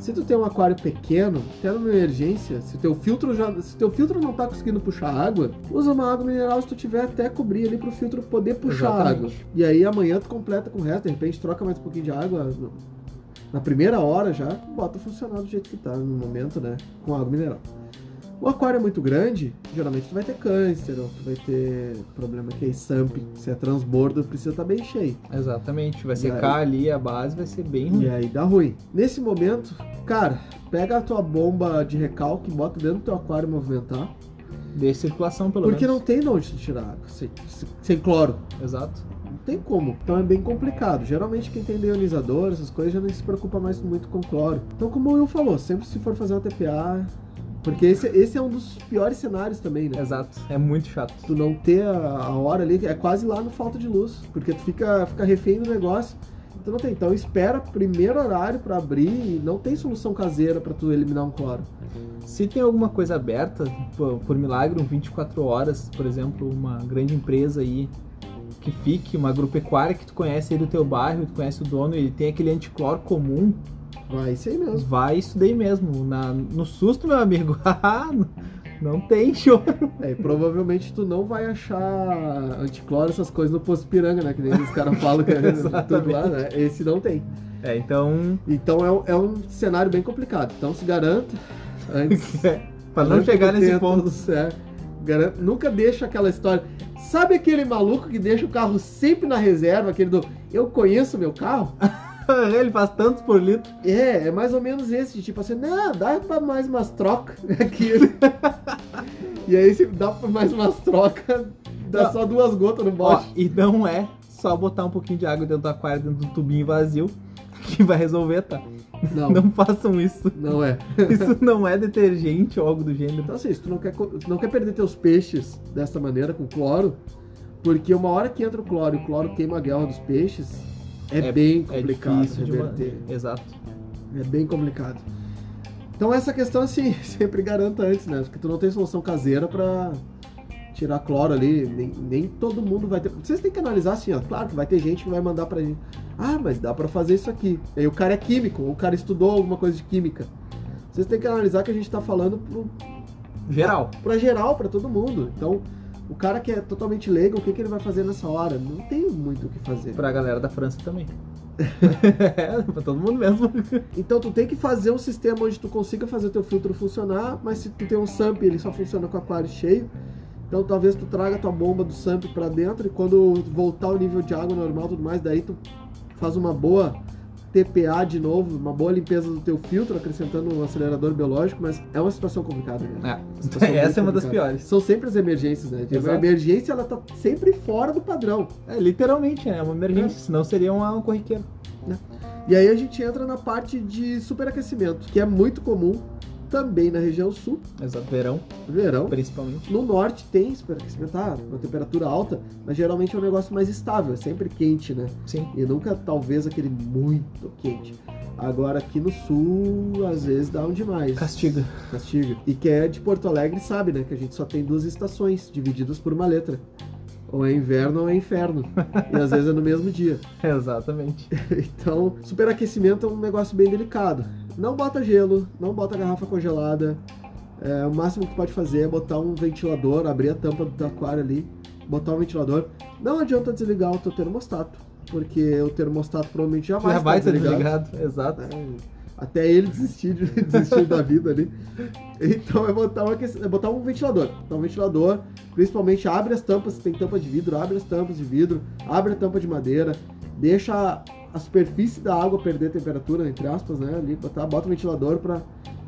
Speaker 2: se tu tem um aquário pequeno, até numa emergência, se teu filtro já, se teu filtro não tá conseguindo puxar água, usa uma água mineral se tu tiver até cobrir ali pro filtro poder puxar a água.
Speaker 1: Exatamente.
Speaker 2: E aí amanhã tu completa com o resto, de repente troca mais um pouquinho de água. no- Na primeira hora já, bota funcionar do jeito que tá no momento, né? Com água mineral. O aquário é muito grande, geralmente tu vai ter câncer, ou tu vai ter problema que é SAMP, se é transbordo, precisa estar bem cheio.
Speaker 1: É, Exatamente, vai
Speaker 2: E
Speaker 1: secar ali a base, vai ser bem ruim.
Speaker 2: E aí dá ruim. Nesse momento, cara, pega a tua bomba de recalque, bota dentro do teu aquário e movimentar.
Speaker 1: Deixa circulação pelo
Speaker 2: porque não
Speaker 1: menos.
Speaker 2: tem de onde tu tirar água sem, sem- sem cloro.
Speaker 1: não? Exato.
Speaker 2: Não tem como. Então é bem complicado. Geralmente quem tem deionizador, essas coisas, já não se preocupa mais muito com cloro. Então, como o Will falou, sempre se for fazer uma TPA. Porque esse, esse é um dos piores cenários também, né?
Speaker 1: Exato. É muito chato.
Speaker 2: Tu não ter a, a hora ali, é quase lá no falta de luz. Porque tu fica, fica refém do negócio. Então não tem. Então espera primeiro horário pra abrir e não tem solução caseira pra tu eliminar um cloro.
Speaker 1: Se tem alguma coisa aberta, por, por milagre, um 24 horas, por exemplo, uma grande empresa aí que fique, uma agropecuária que tu conhece aí do teu bairro, tu conhece o dono, ele tem aquele anticloro comum,
Speaker 2: Vai, isso aí mesmo.
Speaker 1: vai isso daí mesmo. Na, no susto, meu amigo. Ah, não tem show.
Speaker 2: É, e provavelmente tu não vai achar anticloro, essas coisas no posto piranga, né? Que nem os caras falam que é tudo lá, né? Esse não tem.
Speaker 1: É, então,
Speaker 2: Então é um, é um cenário bem complicado. Então se garanta. Antes,
Speaker 1: pra não
Speaker 2: antes
Speaker 1: chegar
Speaker 2: que
Speaker 1: nesse
Speaker 2: tenha
Speaker 1: ponto.
Speaker 2: tudo certo. Garan- nunca deixa aquela história. Sabe aquele maluco que deixa o carro sempre na reserva, aquele do eu conheço meu carro?
Speaker 1: ele faz tantos por litro.
Speaker 2: É, é mais ou menos esse, de tipo assim, não, dá pra mais umas trocas aqui. e aí se dá pra mais umas trocas, dá
Speaker 1: Não.
Speaker 2: só duas gotas no
Speaker 1: Ó,
Speaker 2: bote.
Speaker 1: e não é só botar um pouquinho de água dentro do aquário, dentro do tubinho vazio, que vai resolver, tá?
Speaker 2: Não, não,
Speaker 1: Não façam isso.
Speaker 2: é.
Speaker 1: Isso não é detergente ou algo do gênero.
Speaker 2: Então assim, se tu não quer, co- tu não quer perder teus peixes dessa maneira, com cloro, porque uma hora que entra o cloro e o cloro queima a guerra dos peixes, é,
Speaker 1: É-
Speaker 2: bem
Speaker 1: É
Speaker 2: complicado
Speaker 1: difícil de
Speaker 2: reverter.
Speaker 1: manter. Exato.
Speaker 2: É bem complicado. Então essa questão assim, sempre garanta antes, né? Porque tu não tem solução caseira pra tirar cloro ali, nem, nem todo mundo vai ter. Vocês têm que analisar assim, ó. Claro que vai ter gente que vai mandar pra gente. Ah, mas dá pra fazer isso aqui. E aí o cara é químico, ou o cara estudou alguma coisa de química. Vocês têm que analisar que a gente tá falando pro,
Speaker 1: Geral.
Speaker 2: pra geral, pra todo mundo. Então, o cara que é totalmente leigo, o que, que ele vai fazer nessa hora? Não tem muito o que fazer.
Speaker 1: Pra galera da França também. é, pra todo mundo mesmo.
Speaker 2: Então tu tem que fazer um sistema onde tu consiga fazer o teu filtro funcionar, mas se tu tem um SAMP, ele só funciona com aquário cheio. Então talvez tu traga tua bomba do SAMP pra dentro e quando voltar o nível de água normal e tudo mais, daí tu faz uma boa TPA de novo, uma boa limpeza do teu filtro, acrescentando um acelerador biológico, mas é uma situação complicada, né?
Speaker 1: É,
Speaker 2: Situação muito
Speaker 1: essa é uma das
Speaker 2: complicada.
Speaker 1: piores.
Speaker 2: São sempre as emergências, né?
Speaker 1: Exato.
Speaker 2: A emergência ela tá sempre fora do padrão.
Speaker 1: É, literalmente, né? É uma emergência, senão seria uma, um corriqueiro.
Speaker 2: E aí a gente entra na parte de superaquecimento, que é muito comum. também na região sul,
Speaker 1: Exato, verão,
Speaker 2: verão.
Speaker 1: principalmente.
Speaker 2: No norte tem superaquecimento, ah, uma temperatura alta, mas geralmente é um negócio mais estável, é sempre quente, né?
Speaker 1: Sim.
Speaker 2: E nunca, talvez, aquele muito quente. Agora aqui no sul, às vezes dá um demais.
Speaker 1: Castiga.
Speaker 2: Castiga. E quem é de Porto Alegre sabe, né? Que a gente só tem duas estações, divididas por uma letra. Ou é inverno ou é inferno. E às vezes é no mesmo dia.
Speaker 1: Exatamente.
Speaker 2: Então, superaquecimento é um negócio bem delicado. Não bota gelo, não bota garrafa congelada. É, o máximo que pode fazer é botar um ventilador, abrir a tampa do teu aquário ali, botar um ventilador. Não adianta desligar o teu termostato, porque o termostato provavelmente tá já vai,
Speaker 1: Já vai
Speaker 2: estar
Speaker 1: ter é desligado. Exato.
Speaker 2: né? Até ele desistir, de- desistir da vida ali. Então é botar, um aquece- é botar um ventilador. Então, um ventilador, principalmente abre as tampas, se tem tampa de vidro, abre as tampas de vidro, abre a tampa de madeira, deixa a- a superfície da água perder temperatura, entre aspas, né? Ali, botar, bota o ventilador para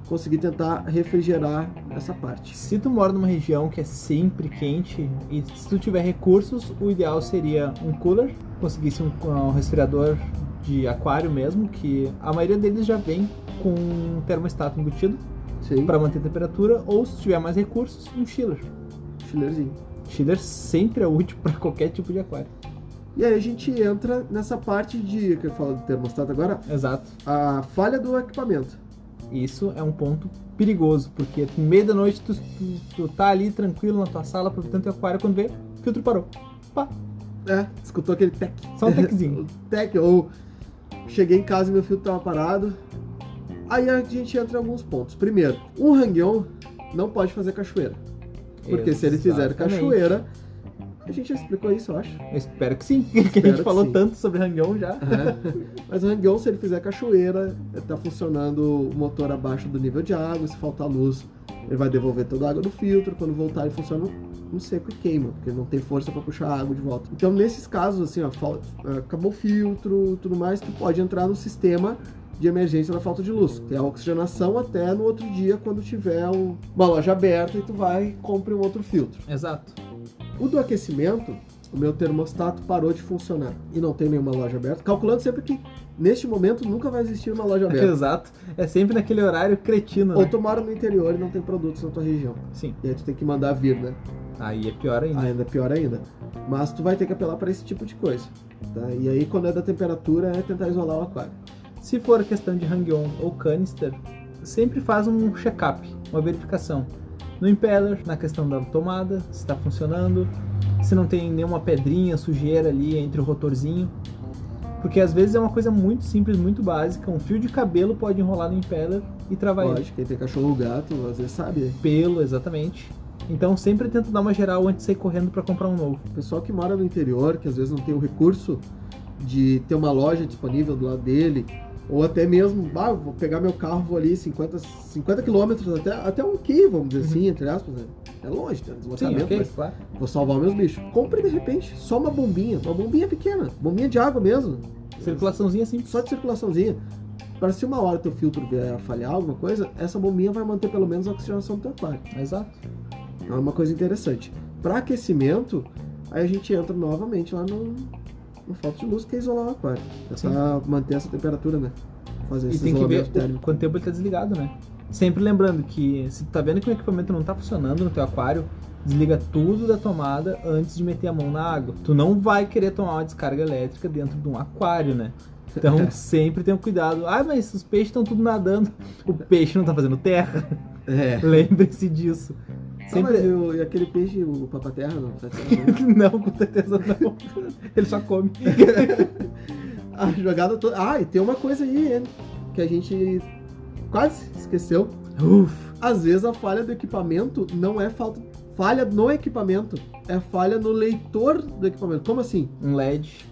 Speaker 2: conseguir tentar refrigerar essa parte.
Speaker 1: Se tu mora numa região que é sempre quente e se tu tiver recursos, o ideal seria um cooler, conseguisse um, um resfriador de aquário mesmo, que a maioria deles já vem com um termostato embutido
Speaker 2: Sim,
Speaker 1: para manter a temperatura, ou se tiver mais recursos, um chiller.
Speaker 2: chilerzinho.
Speaker 1: Chiller sempre é útil para qualquer tipo de aquário.
Speaker 2: E aí a gente entra nessa parte de, que eu falo do termostato agora,
Speaker 1: Exato.
Speaker 2: a falha do equipamento.
Speaker 1: Isso é um ponto perigoso, porque no meio da noite tu, tu, tu tá ali tranquilo na tua sala, aproveitando teu aquário, quando vê, o filtro parou.
Speaker 2: É, escutou aquele tec
Speaker 1: Só um techzinho.
Speaker 2: O Tec, ou cheguei em casa e meu filtro tava parado. Aí a gente entra em alguns pontos. Primeiro, um hangueon não pode fazer cachoeira. Porque se ele fizer
Speaker 1: Exatamente.
Speaker 2: cachoeira. A gente já explicou isso, eu acho.
Speaker 1: Eu espero que sim, porque a
Speaker 2: Espero
Speaker 1: gente
Speaker 2: que
Speaker 1: falou
Speaker 2: sim.
Speaker 1: tanto sobre Hangão já.
Speaker 2: Mas o hangueon, se ele fizer cachoeira, tá funcionando o motor abaixo do nível de água. Se faltar luz, ele vai devolver toda a água do filtro. Quando voltar, ele funciona um seco e queima, porque ele não tem força para puxar a água de volta. Então, nesses casos, assim, ó, fal- ah, acabou o filtro tudo mais, tu pode entrar no sistema de emergência da falta de luz, que é a oxigenação até no outro dia, quando tiver um- uma loja aberta e tu vai e compra um outro filtro.
Speaker 1: Exato.
Speaker 2: O do aquecimento, o meu termostato parou de funcionar e não tem nenhuma loja aberta. Calculando sempre que neste momento nunca vai existir uma loja aberta.
Speaker 1: Exato. É sempre naquele horário cretino,
Speaker 2: Ou
Speaker 1: né?
Speaker 2: tomaram no interior e não tem produtos na tua região.
Speaker 1: Sim.
Speaker 2: E aí tu tem que mandar vir, né?
Speaker 1: Aí é pior ainda.
Speaker 2: Ainda pior ainda. Mas tu vai ter que apelar para esse tipo de coisa. tá? E aí quando é da temperatura é tentar isolar o aquário.
Speaker 1: Se for questão de hang-on ou canister, sempre faz um check-up, uma verificação. No impeller, na questão da tomada, se está funcionando, se não tem nenhuma pedrinha, sujeira ali entre o rotorzinho. Porque às vezes é uma coisa muito simples, muito básica. Um fio de cabelo pode enrolar no impeller e travar ele.
Speaker 2: Lógico, quem tem cachorro gato, às vezes sabe. né?
Speaker 1: Pelo, exatamente. Então sempre tenta dar uma geral antes de sair correndo para comprar um novo.
Speaker 2: O pessoal que mora no interior, que às vezes não tem o recurso de ter uma loja disponível do lado dele, ou até mesmo, ah, eu vou pegar meu carro, vou ali 50, 50 quilômetros, até, até um quê, vamos dizer
Speaker 1: Uhum.
Speaker 2: assim, entre aspas, né? É longe, tem um
Speaker 1: Sim,
Speaker 2: deslocamento,
Speaker 1: ok,
Speaker 2: mas
Speaker 1: claro.
Speaker 2: vou salvar meus bichos. Compre, de repente, só uma bombinha, uma bombinha pequena, bombinha de água mesmo,
Speaker 1: Circulaçãozinha simples.
Speaker 2: só de circulaçãozinha. Para se uma hora teu filtro vier a falhar alguma coisa, essa bombinha vai manter pelo menos a oxigenação do teu aquário.
Speaker 1: Exato.
Speaker 2: É uma coisa interessante. Para aquecimento, aí a gente entra novamente lá no, no falta de luz, que é isolar o aquário. Tentar manter essa temperatura, né? Fazer
Speaker 1: E
Speaker 2: esse
Speaker 1: tem que ver
Speaker 2: isolamento térmico.
Speaker 1: quanto tempo ele tá desligado, né? Sempre lembrando que se tu tá vendo que o equipamento não tá funcionando no teu aquário, desliga tudo da tomada antes de meter a mão na água. Tu não vai querer tomar uma descarga elétrica dentro de um aquário, né? Então sempre tenha cuidado. Ah, mas os peixes estão tudo nadando. O peixe não tá fazendo terra.
Speaker 2: É.
Speaker 1: Lembre-se disso.
Speaker 2: Sempre...
Speaker 1: Sempre.
Speaker 2: e aquele peixe, o papaterra, não tá certo,
Speaker 1: Não, com certeza não. Ele só come.
Speaker 2: não. A jogada toda. Ah, e tem uma coisa aí, hein, que a gente quase esqueceu.
Speaker 1: Uf,
Speaker 2: Às vezes a falha do equipamento não é falta. Falha no equipamento, é falha no leitor do equipamento. Como assim?
Speaker 1: um LED.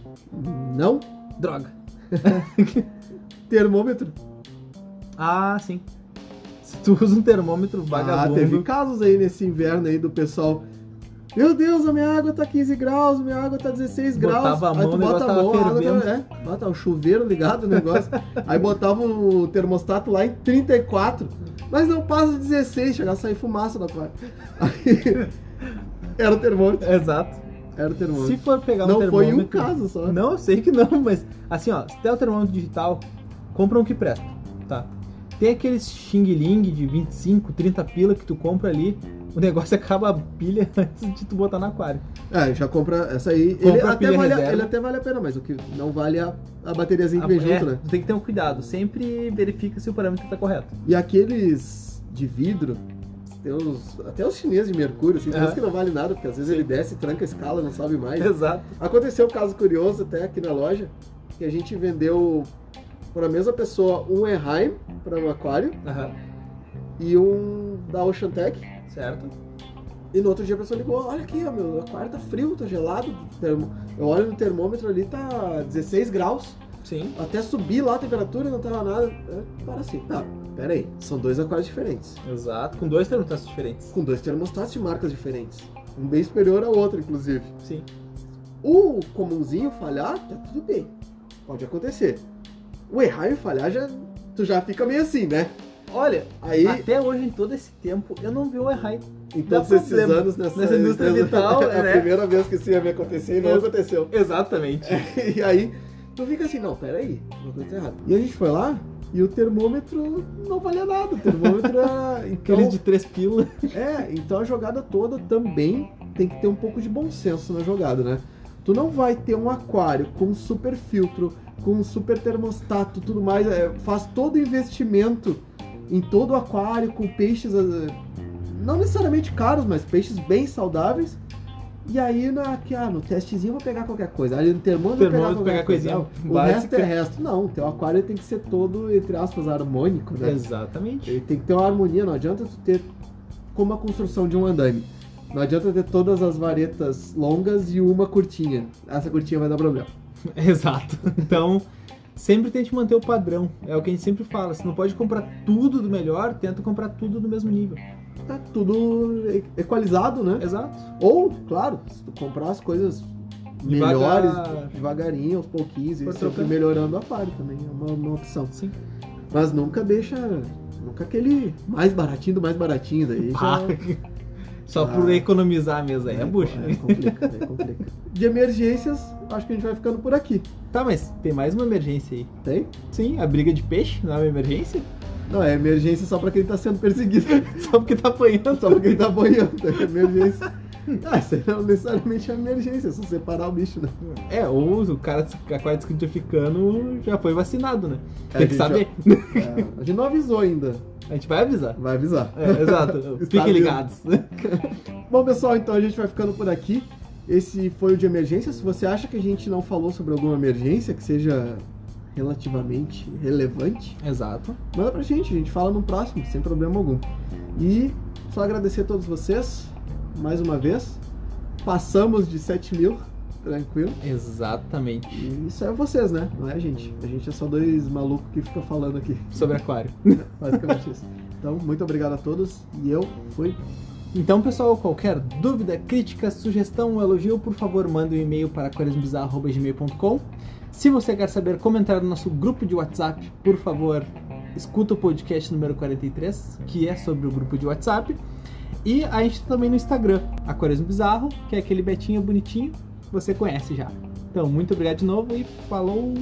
Speaker 2: Não?
Speaker 1: Droga.
Speaker 2: Termômetro?
Speaker 1: Ah, sim. Se tu usa um termômetro vagabundo.
Speaker 2: Ah, teve casos aí nesse inverno aí do pessoal. Meu Deus, a minha água tá 15 graus, minha água tá 16 graus.
Speaker 1: Botava a
Speaker 2: aí
Speaker 1: mão,
Speaker 2: tu
Speaker 1: o negócio
Speaker 2: bota a
Speaker 1: tava
Speaker 2: mão, a água
Speaker 1: fervendo. né?
Speaker 2: tá, é, bota o chuveiro ligado o negócio. aí botava o termostato lá em 34, mas não passa 16, chegava a sair fumaça da quarta. Aí, era o termômetro,
Speaker 1: Exato.
Speaker 2: era o
Speaker 1: Se
Speaker 2: termômetro.
Speaker 1: for pegar um
Speaker 2: não foi
Speaker 1: termômetro.
Speaker 2: um caso só.
Speaker 1: Não, eu sei que não, mas assim, ó, se der o termômetro digital, compra um que presta, tá? Tem aqueles Xing Ling de 25, 30 pila que tu compra ali, o negócio acaba a pilha antes de tu botar no aquário.
Speaker 2: É, já compra essa aí.
Speaker 1: Compra
Speaker 2: ele,
Speaker 1: a
Speaker 2: até
Speaker 1: pilha
Speaker 2: vale a,
Speaker 1: reserva.
Speaker 2: ele até vale a pena, mas o que não vale é a, a bateriazinha que
Speaker 1: Ah,
Speaker 2: vem
Speaker 1: é,
Speaker 2: junto, né?
Speaker 1: tu tem que ter um cuidado, sempre verifica se o parâmetro tá correto.
Speaker 2: E aqueles de vidro, tem uns- até os chineses de mercúrio, assim, tem
Speaker 1: É.
Speaker 2: uns que não vale nada, porque às vezes ele desce, tranca a escala, não sobe mais.
Speaker 1: Exato.
Speaker 2: Aconteceu um caso curioso até aqui na loja, que a gente vendeu para a mesma pessoa um Eheim para um aquário
Speaker 1: Aham,
Speaker 2: e um da Ocean Tech.
Speaker 1: certo.
Speaker 2: E no outro dia a pessoa ligou, olha aqui, ó, meu aquário tá frio, tá gelado. termo- Eu olho no termômetro ali, tá 16 graus.
Speaker 1: Sim.
Speaker 2: Até subir lá a temperatura não tava nada. É, para assim, tá, pera aí, são dois aquários diferentes.
Speaker 1: Exato. Com dois termômetros diferentes.
Speaker 2: Com dois termostatos de marcas diferentes. Um bem superior ao outro, inclusive.
Speaker 1: Sim.
Speaker 2: O comumzinho falhar, tá tudo bem. Pode acontecer. O errar e falhar já. Tu já fica meio assim, né?
Speaker 1: Olha,
Speaker 2: Aí,
Speaker 1: até hoje, em todo esse tempo, eu não vi o errar
Speaker 2: em
Speaker 1: Ah, dá
Speaker 2: todos esses
Speaker 1: problema.
Speaker 2: anos nessa,
Speaker 1: Nessa indústria vital,
Speaker 2: é a
Speaker 1: né? É.
Speaker 2: primeira vez que isso ia me acontecer e não
Speaker 1: Eu-
Speaker 2: aconteceu.
Speaker 1: Exatamente.
Speaker 2: E aí, tu fica assim, não, peraí, uma coisa tá errada. E a gente foi lá e o termômetro não valia nada. O termômetro era. Então,
Speaker 1: Aquele de três pila.
Speaker 2: É, então a jogada toda também tem que ter um pouco de bom senso na jogada, né? Tu não vai ter um aquário com super filtro, com um super termostato, tudo mais, é, faz todo o investimento em todo o aquário com peixes, eh, não necessariamente caros, mas peixes bem saudáveis. E aí na, que, ah, no testezinho eu vou pegar qualquer coisa, ali no termômetro, eu vou
Speaker 1: Termômetro,
Speaker 2: pegar
Speaker 1: pegar
Speaker 2: qualquer
Speaker 1: coisinha
Speaker 2: coisa. Ah, O
Speaker 1: básica.
Speaker 2: resto é resto. Não, teu aquário tem que ser todo, entre aspas, harmônico, né?
Speaker 1: Exatamente.
Speaker 2: Ele tem que ter uma harmonia, não adianta tu ter como a construção de um andaime. Não adianta ter todas as varetas longas e uma curtinha. Essa curtinha vai dar problema.
Speaker 1: Exato. Então, sempre tente manter o padrão. É o que a gente sempre fala. Se não pode comprar tudo do melhor, tenta comprar tudo do mesmo nível.
Speaker 2: Tá tudo e- equalizado, né?
Speaker 1: Exato.
Speaker 2: Ou, claro, se tu comprar as coisas
Speaker 1: Devagar.
Speaker 2: melhores, devagarinho, aos pouquinhos, e
Speaker 1: Pode
Speaker 2: sempre
Speaker 1: trocar.
Speaker 2: melhorando a par também, é uma, uma opção.
Speaker 1: Sim.
Speaker 2: Mas nunca deixa. Nunca aquele mais baratinho do mais baratinho daí.
Speaker 1: Pá.
Speaker 2: Já...
Speaker 1: Só
Speaker 2: Ah.
Speaker 1: por economizar mesmo aí. É bucha.
Speaker 2: É, complica, é, complica. De emergências, acho que a gente vai ficando por aqui.
Speaker 1: Tá, mas tem mais uma emergência aí.
Speaker 2: Tem?
Speaker 1: Sim, a briga de peixe não é uma emergência?
Speaker 2: Não, é emergência só pra quem tá sendo perseguido,
Speaker 1: Só porque tá apanhando.
Speaker 2: só pra quem tá boiando. É emergência. Ah, isso aí não necessariamente é emergência, é só separar o bicho, né?
Speaker 1: É, ou o cara aquário descritificando já foi vacinado, né? Tem
Speaker 2: a
Speaker 1: que
Speaker 2: gente
Speaker 1: saber.
Speaker 2: É, a gente não avisou ainda,
Speaker 1: A gente vai avisar.
Speaker 2: vai avisar.
Speaker 1: É, exato. Fiquem ligados.
Speaker 2: Bom, pessoal, então a gente vai ficando por aqui. Esse foi o de emergência. Se você acha que a gente não falou sobre alguma emergência que seja relativamente relevante,
Speaker 1: Exato.
Speaker 2: manda pra gente, a gente fala no próximo, sem problema algum. E só agradecer a todos vocês, mais uma vez. Passamos de 7 mil, tranquilo.
Speaker 1: Exatamente.
Speaker 2: E isso é vocês, né? Não é a gente. A gente é só dois malucos que fica falando aqui.
Speaker 1: Sobre aquário.
Speaker 2: Basicamente isso. Então, muito obrigado a todos. E eu fui.
Speaker 1: Então, pessoal, qualquer dúvida, crítica, sugestão ou elogio, por favor, mande um e-mail para aquarismobizarro.gmail.com. Se você quer saber como entrar no nosso grupo de WhatsApp, por favor, escuta o podcast número 43, que é sobre o grupo de WhatsApp. E a gente tá também no Instagram, Aquarismo Bizarro, que é aquele betinho bonitinho, que você conhece já. Então, muito obrigado de novo e falou!